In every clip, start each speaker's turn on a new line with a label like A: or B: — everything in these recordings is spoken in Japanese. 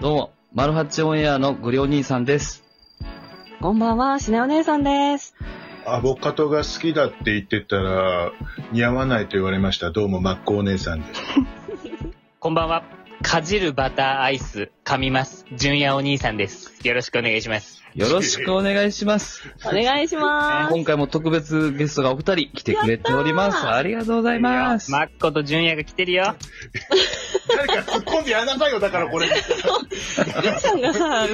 A: どうも、マルハチオンエアのグリお兄さんです。
B: こんばんは、しねお姉さんです。
C: アボカドが好きだって言ってたら、似合わないと言われました。どうも、マッコお姉さんです。
D: こんばんは。かじるバターアイス、噛みます。純也お兄さんです。よろしくお願いします。
A: よろしくお願いします。
B: お願いしま
A: 今回も特別ゲストがお二人来てくれております。ありがとうございます。
D: マッコと純也が来てるよ。
C: 誰か突っ込んでやらなさいよ、だからこれ。
B: す。ジュンさんがさ、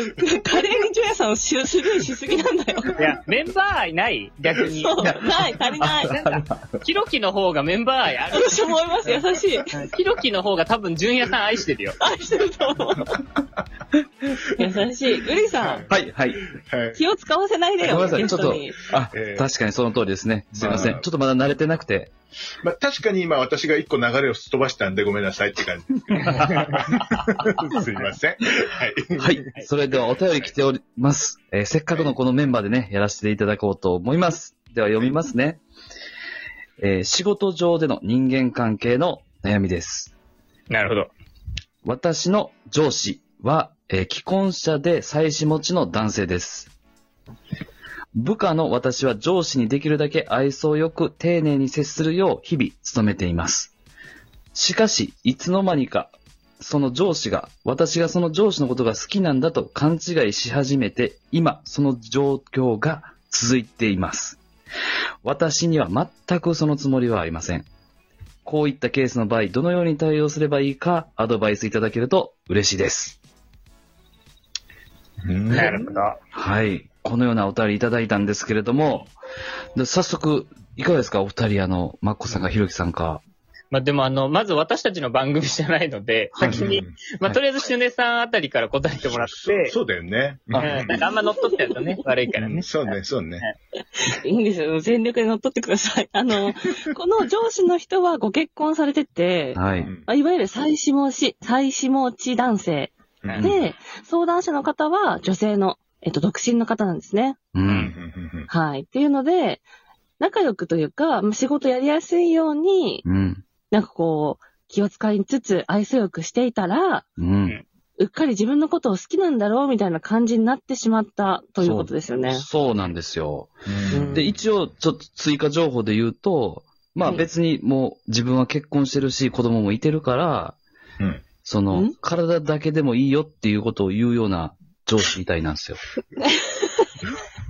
B: カレーにジュンヤさんをしすごいしすぎなんだよ。
D: いや、メンバー愛ない逆に。
B: そう、ない、足りない。
D: なんか、ヒロキの方がメンバー愛ある。
B: 私も思います、優しい。
D: ヒロキの方が多分純也さん愛してるよ。
B: 愛してると思う。優しい。グリさん、
A: はい、はい。
C: はい。
B: 気を使わせないで
A: ごめ
B: よ、
A: んなさい
B: ゲストに
A: ち。あ、
C: えー
A: 確かにその通りですね。すいません。
C: まあ
A: ちょっとまだ慣れてなく て。
C: まあ、確かに今私が一個流れをすっ飛ばしたんで、ごめんなさいって 感じですけど。すいません。はい。
A: はい。それではお便り来ております。えーせっかくのこのメンバーでね、やらせていただこうと思います。では読みますね。えー仕事上での人間関係の悩みです。
D: なるほど。
A: 私の上司は、えー既婚者で妻子持ちの男性です。部下の私は上司にできるだけ愛想よく丁寧に接するよう日々努めています。しかし、いつの間にか、その上司が、私がその上司のことが好きなんだと勘違いし始めて、今、その状況が続いています。私には全くそのつもりはありません。こういったケースの場合、どのように対応すればいいか、アドバイスいただけると嬉しいです。
D: なるほど。
A: はい。このようなお便りいただいたんですけれども、で早速、いかがですかお二人、あの、マッコさんかひろきさんか。
D: まあ、でもあの、まず私たちの番組じゃないので、
A: はい
D: 先に、
A: は
D: まあ、
A: い
D: とりあえずシュネさんあたりから答えてもらって、
C: そうだよね。
D: うん、なんかあんま乗っ取っちゃうとね、悪いから
C: うん
D: ね。
C: そうね、そうね。
B: いいんですよ。全力で乗っ取ってください。あの、この上司の人はご結婚されてて、
A: は
C: う
A: い。
C: ん
B: まあいわゆる妻子持ち、妻子持ち男性。
C: うん
D: ね
B: で、相談者の方は女性の、えっと、独身の方なんですね。
A: う。
C: うんん
B: はい。っていうので、仲良くというか、まあ仕事やりやすいように、
A: うん。
B: なんかこう、気を使いつつ愛想よくしていたら、
A: うん。
B: うっかり自分のことを好きなんだろうみたいな感じになってしまったということですよね。
A: そうなんですよ。
C: うん
A: で、一応、ちょっと追加情報で言うと、まあ
B: はい
A: 別にもう自分は結婚してるし、子供もいてるから、
C: うん
A: その
B: ん、
A: 体だけでもいいよっていうことを言うような上司みたいなんですよ。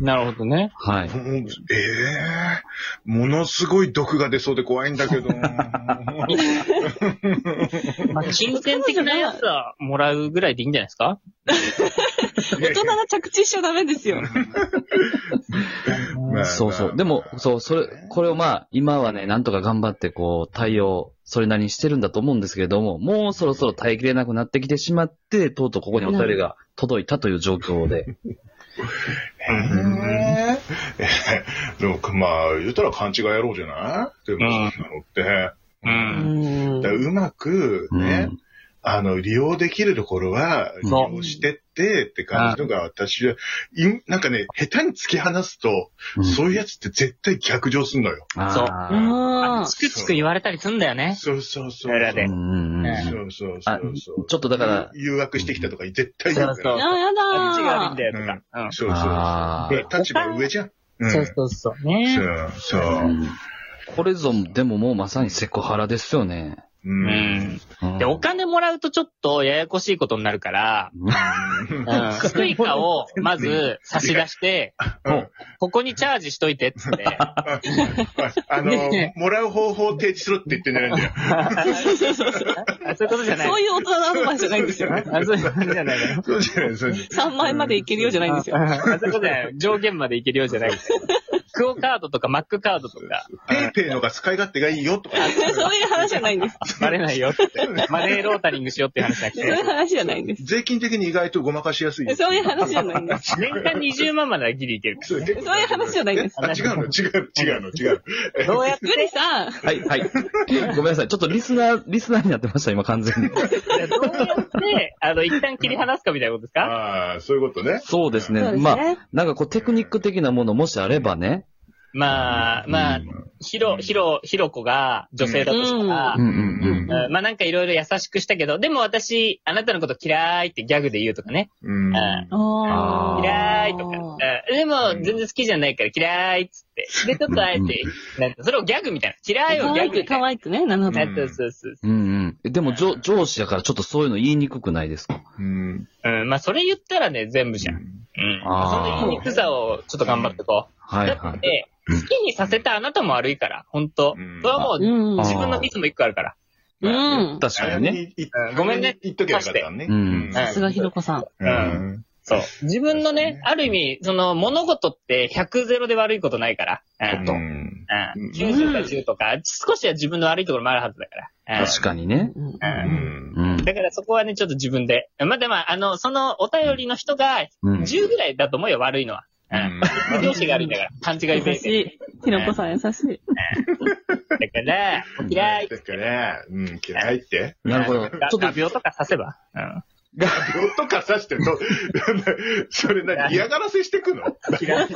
D: なるほどね。
A: はい。
C: うんええものすごい毒が出そうで怖いんだ けど。
D: まあ、金銭的なやつはもらうぐらいでいいんじゃないですか
B: 大人が着地しちゃダメですよ。
C: まあ
A: そうそ
C: ま
A: う。
C: あ
A: でも、そう、それ、これをまあ、今はね、なんとか頑張って、こう、対応、それなりにしてるんだと思うんですけれども、もうそろそろ耐えきれなくなってきてしまって、とうとうここにお便りが届いたという状況で。
C: えー でも、まあ、言ったら勘違いやろうじゃないでも、
D: うん
C: そんなのって。
D: う。
B: うんん
C: だからうまく、
A: うん
C: ね、あの、利用できるところは、利
D: そう
C: 用してって、って感じのが私は、いなんかね、下手に突き放すと、
A: うん
C: そういうやつって絶対逆上すんのよ。
D: そう
A: あ
B: う
A: ー
B: ん。
D: チクチク言われたりすんだよね。
C: そうそうそう。
D: 裏で
A: うんうんうん
C: そうそうそうそう。
A: ちょっとだから、
C: 誘惑してきたとか絶対言うか
B: あ、
C: ら。
D: そう
B: や
D: あっちが
B: だ
D: 悪いんだよとか。うん
C: そうそう
A: あー
C: そう。立場上じゃん。うん
D: そう
C: そ
D: そうそう。ね。
C: うそうう。
A: んこれぞ、でももうまさにセクハラですよね。
C: う。
D: うんん。
A: うん
D: で、お金もらうとちょっとややこしいことになるから、うん。スイカをまず差し出して、
C: うん
D: ここにチャージしといてっつって。
C: あの、
D: ね
C: もらう方法を提示しろって言ってんじゃないんだよ。
D: あそういうことじゃない。
B: そういう大人のアドバイスじゃないんですよ。
D: あそういうことじゃないの。
C: そうじゃない、そうじゃ
B: 3万円までいけるようじゃないんですよ。
D: あそういうことじゃない。上限までいけるようじゃない。クオカードとかマックカードとか、
C: ない。ペイペイのが使い勝手がいいよとか。
B: そういう話じゃないんです。
D: バレないよって。マネーロータリングしようっていう話じゃなく
B: そういう
D: て。
B: 話じゃないんです。
C: 税金的に意外とごまかしやすい。
B: そういう話じゃ ないんです。
D: 年間20万まではギリいけるか
C: そういう
B: そういう話じゃないです。
C: あ、違うの、違うの、違うの、違う
D: ら。どうやっ
B: グリさん、
A: はい、はい。 ごめんなさい。ちょっとリスナー、リスナーになってました、今完 全に。
D: て、どうやって、あの、一旦切り離すかみたいなことです
C: の。
D: か
C: ああ、そういうことね。
A: そうですね。
B: そうですね
A: まあ、なんかこうテクニック的なものもしあればね、
D: まあ、まあ、ひろ、ひろ、ひろこが女性だとしたら、
A: うんうん
D: うんまあなんかいろいろ優しくしたけど、でも私、あなたのこと嫌いってギャグで言うとかね。
C: うん。
D: あ
A: あー
D: 嫌いとか。うんでも全然好きじゃないから嫌いっつって。で、ちょっとあえて、なんかそれをギャグみたいな。嫌いを
B: 可
D: ギャ
B: 愛
D: グみ
B: く、
D: たい
B: 可
D: な。
B: 愛くね、なので。
C: い
D: そうそうそう
A: うん。うんうん。でも、上上司やからちょっとそういうの言いにくくないですか
C: うん。
D: うん、まあそれ言ったらね、全部じゃん。うん。そ
A: あー
D: の言いにくさをちょっと頑張ってこう。
A: はい
D: だ
A: は
D: っ
A: い。
D: て、好きにさせたあなたも悪いから、ほんと
C: うん。
D: それはも
B: う
D: う、
B: ん。
A: あ
D: 自分のミスも一個あるから。
B: うん。
A: 確かにね。
C: ね。
D: うんごめんね
C: 言っときゃよかったね。
A: うん
B: さすがひろこさん。
C: う
D: うん
C: ん。
D: そう。自分の
C: そうですね
D: ね、ある意味、その物事って100ゼロで悪いことないから。うん。
C: う
D: うん
C: ん。
D: 90か10とか、少しは自分の悪いところもあるはずだから。うん
A: 確かにね。
B: うん
C: う
D: う
C: ん。
D: ん
A: うん。
D: だからそこはね、ちょっと自分で。まあでも、あの、そのお便りの人が
A: うん。
D: 10ぐらいだと思うよ、悪いのは。うん。上司が悪いんだから、勘違いベ
B: 優
D: ー
B: し
D: スで。
B: い。ひろこさん優しい。
D: だから、嫌い。
C: だから、うん、嫌いって。
A: なるほど。ち
D: が
A: ょっと
D: 画、鋲とか刺せば。うん。
C: 病とか刺してると、 それ何嫌がらせしてくの
D: 嫌い。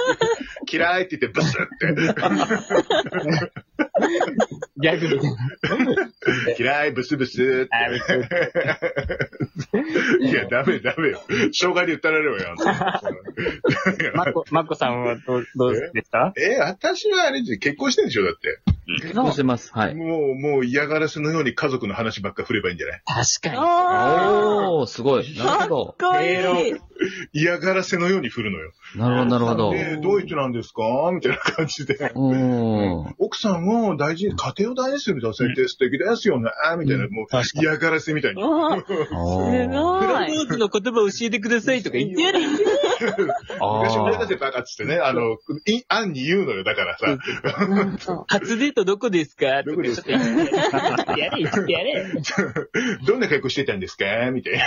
C: 嫌いって言ってブスっ
D: ギャグみたいな。
C: て。嫌い、ブスブス。
D: あーびっく り
C: いや、ダメダメよ。生姜に打たれるわよ。あんた
D: まこ、まこさんはどう、どうですか
C: え、私はあれじゃ、結婚してんでしょだって。
A: 結構してます。はい。
C: もう、もう嫌がらせのように家族の話ばっか振ればいいんじゃない
D: 確か
B: あ
A: おー、すごい。なるほ
B: かっこいい。
C: 嫌がらせのように振るのよ。
A: ど。なるほど、なるほど。
C: え、どういう人なんですかみたいな感じで。
A: おー。
C: 奥さんを大事に、家庭を大事にする女性って素敵ですよね、みたいな、もう
D: 確かに
C: 嫌がらせみたいに。
B: わあ、
A: お
B: す
A: ー。
D: プロ
B: ごい。
D: ポーズの言葉を教えてくださいとか言ってやる。
C: 昔思い
A: あ
C: 出せバカっつってね、あの、い、案に言うのよ、だからさ。
B: なんと
D: 初デートどこですか
C: どこですか
D: とか言ってやれ、言ってやれ。
C: どんな格好してたんですかみたいな。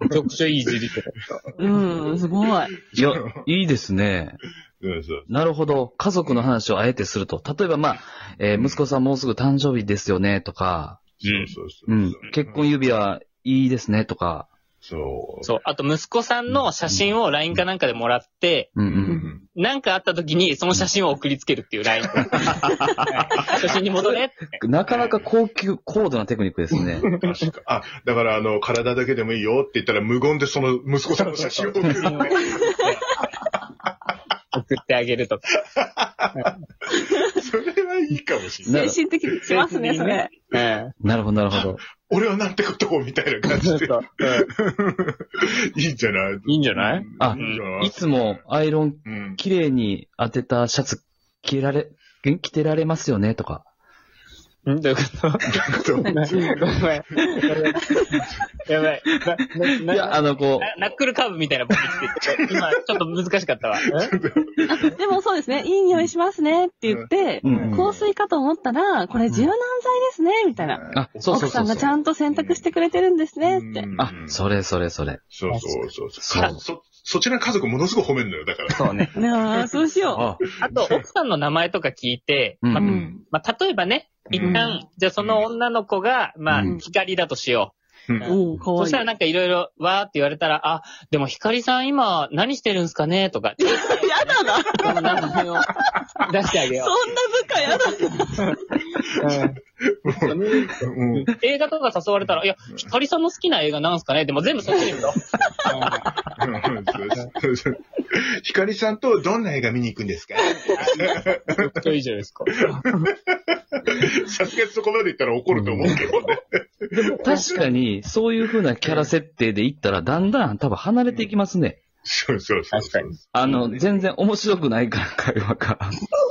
D: めちゃくちゃいいじりとか。
B: うん、すごい。
A: ーいや、いいですね。
C: うん、そう。
A: なるほど。家族の話をあえてすると。例えば、まあ、えー息子さんもうすぐ誕生日ですよね、とか、
D: うん
C: そうそうそ
A: う
C: う。
A: ん。結婚指輪いいですね、とか、
C: そう。
D: そう。あと、息子さんの写真を LINE かなんかでもらって、
A: うんう。
C: うんん。
D: なんかあった時に、その写真を送りつけるっていう LINE。写真に戻れって。
A: なかなか高級、高度なテクニックですね。
C: 確か。あ、だから、あの、体だけでもいいよって言ったら、無言でその息子さんの写真を送る。
D: 送ってあげるとか。
C: それはいいかもしれない。
A: ね
B: 精神的にきますね、それ。
D: うん。
A: なるほど、なるほど。
C: 俺はなんてことを、みたいな感
D: ちょ
C: じで。
D: っと、うん
C: いいんじゃない
D: いいんじゃない
A: あ
C: いいんじゃない
A: いつもアイロン
C: うん。
A: 綺麗に当てたシャツ着られ、着てられますよね、とか。
D: んどういうこと
C: そう
D: ごめん。ごめんやばい。
A: い
D: な、な、
A: や、あの、こ
D: ナナックルカーブみたいなボケしてて、今ちょっと難しか ったわ。
B: あでもそうですね、いい匂いしますねって言って
A: う、、うん。
B: 香水かと思ったら、これ柔軟剤ですね、みたいな。
A: あ、そうそ
B: 奥
A: うそ
B: さん
A: うそ
B: が
A: う
B: ち。ゃんと選択してくれてるんですねって。
C: うん
A: あ、それそれそれ。
C: そうそうそうそう。
A: そう
C: かそ、そちらの家族ものすごい褒めるのよ、だから。
D: そうね。
B: なあ、そうし
A: あ、
B: よ
D: あと、奥さんの名前とか聞いて、
A: うん
D: まあ
B: う
D: まあ、例えばね、一
B: うん
D: 旦、じゃあその女の子が、まあ
A: うん、
D: 光だとしよ
C: う
B: う。
C: ん
B: おう、か
D: う。
B: わ
D: そ
B: い
D: し
B: い
D: た。らなんかいろいろ、わーって言われたら、あ、でも光さん今何してるんすかねとか、ちょっ
B: やだな。
D: とその名前を出してあげ
B: そ
D: よ
B: んな部下やだ。
D: う。
C: うんうん
D: 映画とか誘われたら、いや、光さんの好きな映画なんすかねでも全部そっちに行くの。
C: そうそうひかりさんとどんな映画見に行くんですか
D: めっちゃいいじゃないですか。
C: さすがにそこまで言ったら怒ると思うけどね。
A: 確かに、そういう風なキャラ設定でいったら、だんだん多分離れていきますね。
C: そうそうそう。
D: 確かに。
A: あの、全然面白くないから、会話が。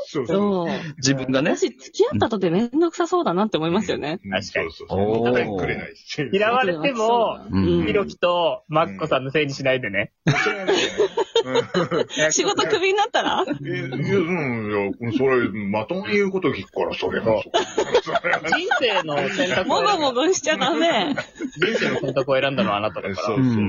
C: そうそう。
B: そう。
A: 自分がね。
B: 私、付き合ったとてめんどくさそうだなって思いますよね。
D: 確かに
C: そうそう
A: おー
C: そう。答えくれないし。
D: 嫌われても、
A: うん
D: ひろきとマッコさんのせいにしないでね。
B: 仕事クビになったら
C: え、うん、いや、それ、まともに言うこと聞くから、それは。それは
D: 人生の選択を
B: もご
D: 選ん
B: も
D: だ、
B: ごしちゃダメ。
D: 人生の選択を選んだのはあなた
C: そ
D: だ
C: う
D: か
C: そ
D: ら。
C: うそう。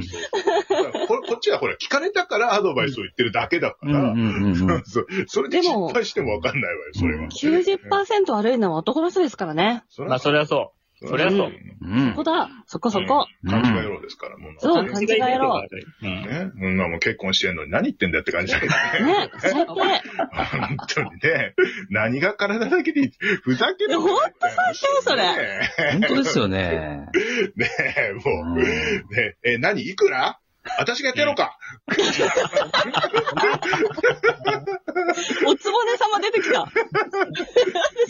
C: ここっちはほら、聞かれたからアドバイスを言ってるだけだか
A: うんうん
C: ら、
A: うんうん。
C: そうそれで失敗してもわかんないわよ、それは。
B: 90%悪いのは男の人ですからね。
C: それ
D: まあ、
C: は
D: それはそそりゃそう。
A: うん
B: そこ。だ、そこそこ。
C: 勘違い野郎ですから、もう。
B: そう勘違い野郎
D: うん。
C: ね。そんなもう結婚してんのに何言ってんだよって感じだけどね。
B: ね、最低。
C: 本当にね。何が体だけでいいふざける
B: えほんと
C: 最
B: 低それ
C: ね
A: 本当ですよね。
C: え、
A: う
C: も
A: ん
C: う。ねえ、何いくら私がやってやろうか
B: おつぼね様出てきた。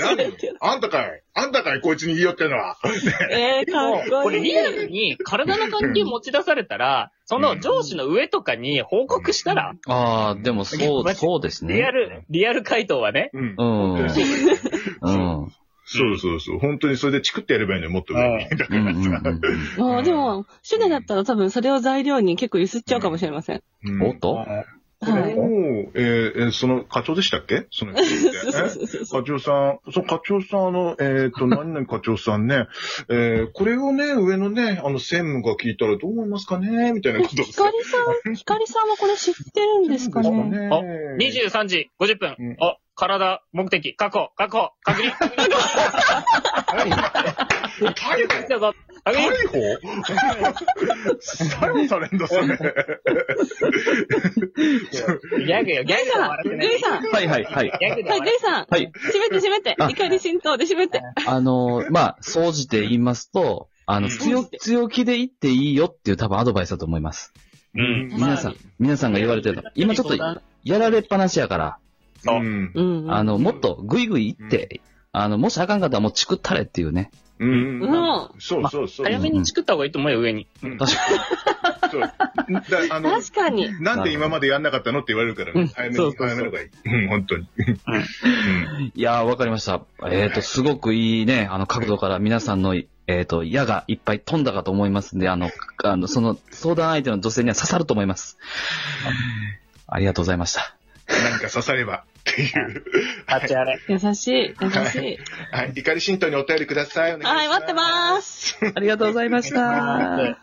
C: 何あんたかいあんたかいこいつに言い寄ってんのは。
B: えー、
D: も
B: かっ
D: こ
B: こ
D: れ
B: い
D: リア
B: い。
D: ルに体の関係持ち出されたら、その上司の上とかに報告したら、
A: ああ、でもそう、そうですね。
D: リアル、リアル回答はね。
C: うん
A: う。ん。うん。うん。
C: そうそうそう。本当にそれでチクってやればいいのよ、もっと上に。だか
A: う
C: ら
A: ん
C: さ。
B: もうでも、主年だったら多分それを材料に結構揺すっちゃうかもしれません。
C: うん
A: うんおっと
C: これ
B: はい。
C: も、えーえーその課長でしたっけその人っ
B: そう そうそう
C: て。
B: そう
C: 課長さん、そう、課長さん、あの、えっ、と、何々課長さんね、えー、これをね、上のね、あの、専務が聞いたらどう思いますかねみたいなことを
B: ひかりさん、ひかりさんもこれ知ってるんですかね。
C: ね
D: あ23時50分
C: うん。
D: あ、体、目的、確保、確保、確認。確
C: 逮捕逮捕
D: 認確認
C: 逮捕されんだ、そ れ。
D: ギャグよ、
B: グ
D: ギャ
B: イ
D: グ
B: さ
D: は
B: ん、
D: 笑って
B: グ
D: ない
B: イさん。
A: はいはいはい。
D: ギャグで
B: はい、グ
D: 笑
B: イさん。
A: はい。
B: 閉めて閉めて。
A: あ
B: 怒り浸透で閉めて。
A: あのー、まあ、総じて言いますと、あの、
D: うん
A: 強、強気で言っていいよっていう多分アドバイスだと思います。
D: うん
A: 皆さん、皆さんが言われてると。今ちょっと、やられっぱなしやから、
C: う。
D: うん
B: うん。
A: あの、もっとグイグイ言って、あの、もしあかんかったらもうチクったれっていうね。
C: うん。
B: うん
C: そうそうそう。
D: 早めにチクった方がいいと思うよ、上に。
C: うん
A: 確か
C: そうだあの、
B: 確かに。
C: なんで今までやんなかったのって言われるから
D: うん
C: ね、早め
D: そ
C: に、
D: うそう
C: 早
D: そう
C: めのがいい。うん、本当に。
A: に。いやー、わかりました。えっ、と、すごくいいね、あの、角度から皆さんの、えっ、と、矢がいっぱい飛んだかと思いますんで、あの、あの、その、相談相手の女性には刺さると思います。ありがとうございました。
C: なんか刺さればっていう。
D: 立ちあれ。
B: 優しい、優しい。
C: はい。怒り浸透にお便りください。お願い
B: は
C: し
B: い、待ってます。
A: ありがとうございました。